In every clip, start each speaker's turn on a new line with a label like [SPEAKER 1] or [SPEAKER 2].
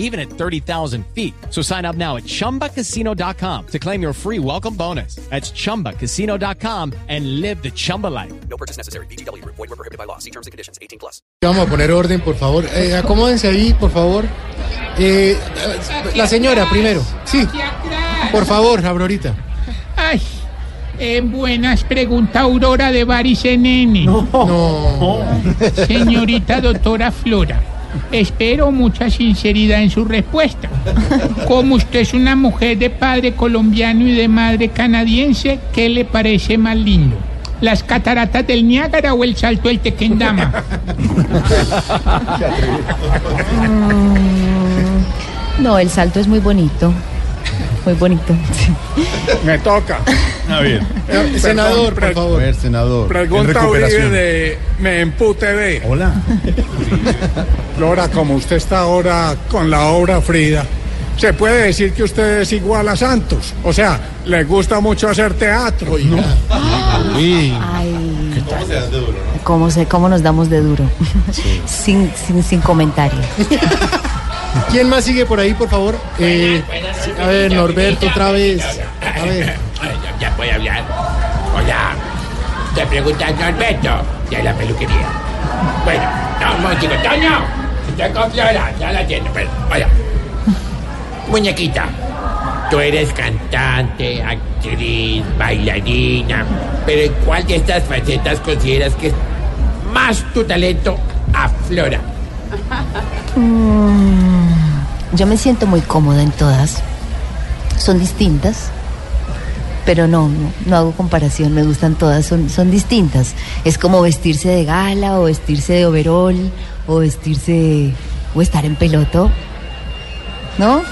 [SPEAKER 1] even at 30,000 feet. So sign up now at ChumbaCasino.com to claim your free welcome bonus. That's ChumbaCasino.com and live the Chumba life.
[SPEAKER 2] No purchase necessary. BGW. Void were prohibited by law. See terms and conditions. 18 plus.
[SPEAKER 3] Vamos a poner orden, por favor. Eh, acomódense ahí, por favor. Eh, la señora, primero. Sí,
[SPEAKER 4] Aquí atrás.
[SPEAKER 3] por favor, Aurorita.
[SPEAKER 4] Ay, eh, buenas pregunta Aurora de Baris NN.
[SPEAKER 3] No.
[SPEAKER 4] Señorita doctora Flora. Espero mucha sinceridad en su respuesta. Como usted es una mujer de padre colombiano y de madre canadiense, ¿qué le parece más lindo? ¿Las cataratas del Niágara o el salto del Tequendama?
[SPEAKER 5] No, el salto es muy bonito. Muy bonito. sí.
[SPEAKER 6] Me toca.
[SPEAKER 7] Ah, bien.
[SPEAKER 3] Eh, senador, por
[SPEAKER 6] perdón.
[SPEAKER 3] favor.
[SPEAKER 7] senador.
[SPEAKER 6] Pregunta Uribe de Me TV.
[SPEAKER 7] Hola.
[SPEAKER 6] Flora, como usted está ahora con la obra Frida, ¿se puede decir que usted es igual a Santos? O sea, le gusta mucho hacer teatro. Y
[SPEAKER 5] Ay. ¿Cómo, se, ¿Cómo nos damos de duro? Sin, sin, sin comentario.
[SPEAKER 3] ¿Quién más sigue por ahí, por favor? Eh, a ver, Norberto, otra vez. A ver.
[SPEAKER 8] Ay, ya- Ya puedo hablar. Hola. Te preguntas Norberto de la peluquería. Bueno, no, no, chico, Toño. Te confío ahora, ya la tiene. Pero, hola. Muñequita, tú eres cantante, actriz, bailarina. Pero ¿en cuál de estas facetas consideras que más tu talento aflora?
[SPEAKER 5] Yo me siento muy cómoda en todas. Son distintas. Pero no, no, no hago comparación, me gustan todas, son, son distintas. Es como vestirse de gala o vestirse de overol o vestirse de- o estar en peloto. ¿No?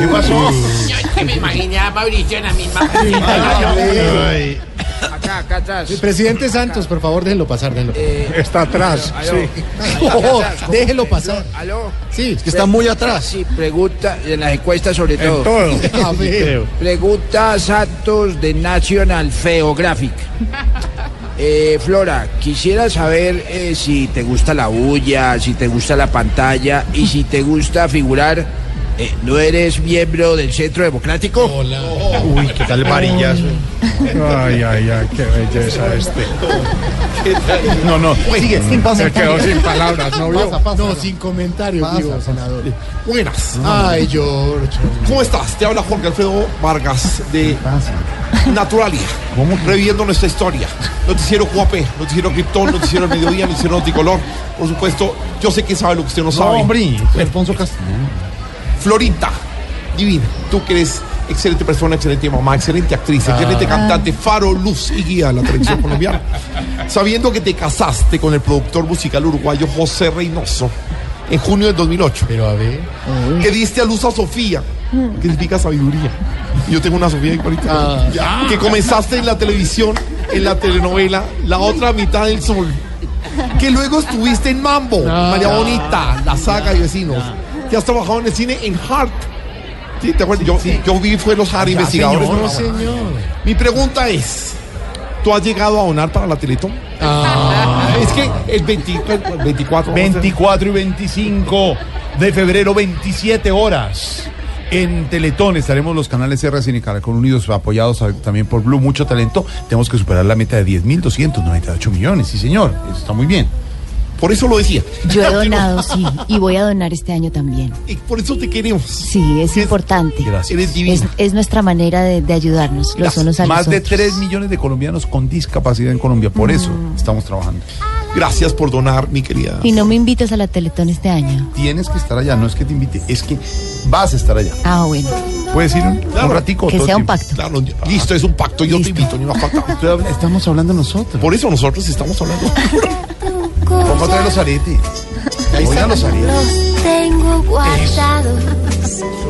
[SPEAKER 7] ¿Qué pasó?
[SPEAKER 8] Yo se me imaginaba a Mauricio en la misma faceta.
[SPEAKER 3] Ay.
[SPEAKER 8] Acá, acá atrás.
[SPEAKER 3] El presidente Santos, por favor, déjenlo pasar, déjenlo.
[SPEAKER 6] está Eh, atrás. Sí.
[SPEAKER 3] Oh, déjenlo pasar.
[SPEAKER 8] Aló.
[SPEAKER 3] Sí.
[SPEAKER 7] Está muy atrás.
[SPEAKER 8] Sí, pregunta, en las encuestas sobre
[SPEAKER 6] En
[SPEAKER 8] todo.
[SPEAKER 6] todo.
[SPEAKER 3] A ver.
[SPEAKER 8] Pregunta a Santos de National Geographic. Eh, Flora, quisiera saber eh, si te gusta la bulla, si te gusta la pantalla y si te gusta figurar. eh, ¿No eres miembro del Centro Democrático?
[SPEAKER 7] Uy, qué tal varillazo.
[SPEAKER 6] Ay, ay, ay, qué belleza este.
[SPEAKER 7] No, no.
[SPEAKER 3] Sigue, sin
[SPEAKER 6] Se quedó sin palabras, ¿no vio?
[SPEAKER 3] Pasa, pasa. No, sin comentarios, digo, senador.
[SPEAKER 9] Buenas,
[SPEAKER 3] Ay, George.
[SPEAKER 9] ¿cómo estás? Te habla Jorge Alfredo Vargas de Naturalia, reviviendo nuestra historia. Noticiero Cuapé, Noticiero Criptón, Noticiero El Mediodía, Noticiero Noticolor. Por supuesto, yo sé que sabe lo que usted no sabe.
[SPEAKER 7] Alfonso Castro.
[SPEAKER 9] Florinta, divina, tú que eres excelente persona, excelente mamá, excelente actriz, excelente cantante, faro, luz y guía de la televisión colombiana. Sabiendo que te casaste con el productor musical uruguayo José Reynoso en junio del 2008.
[SPEAKER 3] Pero a ver.
[SPEAKER 9] que diste a luz a Sofía, que significa sabiduría. Yo tengo una Sofía igualita. Que comenzaste en la televisión, en la telenovela La otra mitad del sol. Que luego estuviste en Mambo, María Bonita, La Saga y Vecinos. Que has trabajado en el cine en Heart. Sí, ¿Te acuerdas? Yo, yo vi fue los Heart investigadores.
[SPEAKER 3] No,
[SPEAKER 9] Bueno,
[SPEAKER 3] señor.
[SPEAKER 9] Mi pregunta es, ¿tú has llegado a donar para la Teletón? Es que el 20 el 24...
[SPEAKER 7] 24 y 25 de febrero, 27 horas. En Teletón estaremos los canales RCN y Caracol Unidos apoyados a- también por Blue, mucho talento. Tenemos que superar la meta de 10.298 millones, sí señor, eso está muy bien.
[SPEAKER 9] Por eso lo decía.
[SPEAKER 5] Yo he donado, sí, y voy a donar este año también.
[SPEAKER 9] Y por eso te queremos.
[SPEAKER 5] Sí, es importante.
[SPEAKER 7] Gracias.
[SPEAKER 9] Eres divina.
[SPEAKER 5] Es, es nuestra manera de, de ayudarnos los unos a los
[SPEAKER 7] Más de
[SPEAKER 5] otros.
[SPEAKER 7] 3 millones de colombianos con discapacidad en Colombia, por eso
[SPEAKER 3] Mm.
[SPEAKER 7] estamos trabajando.
[SPEAKER 9] Gracias por donar, mi querida.
[SPEAKER 5] Y no me invitas a la Teletón este año.
[SPEAKER 7] Tienes que estar allá, no es que te invite, es que vas a estar allá.
[SPEAKER 5] Ah, bueno,
[SPEAKER 7] Puedes ir un,
[SPEAKER 9] Claro.
[SPEAKER 7] un ratico.
[SPEAKER 5] que
[SPEAKER 7] todo
[SPEAKER 5] sea
[SPEAKER 7] el
[SPEAKER 5] un
[SPEAKER 7] tiempo.
[SPEAKER 5] pacto.
[SPEAKER 9] Claro, yo- listo, es un pacto, yo
[SPEAKER 5] Listo.
[SPEAKER 9] te invito, ni más falta.
[SPEAKER 7] Estoy habla- Estamos hablando nosotros.
[SPEAKER 9] Por eso nosotros estamos hablando.
[SPEAKER 7] Vamos a traer los aretes. Ahí están los aretes.
[SPEAKER 10] Los tengo guardados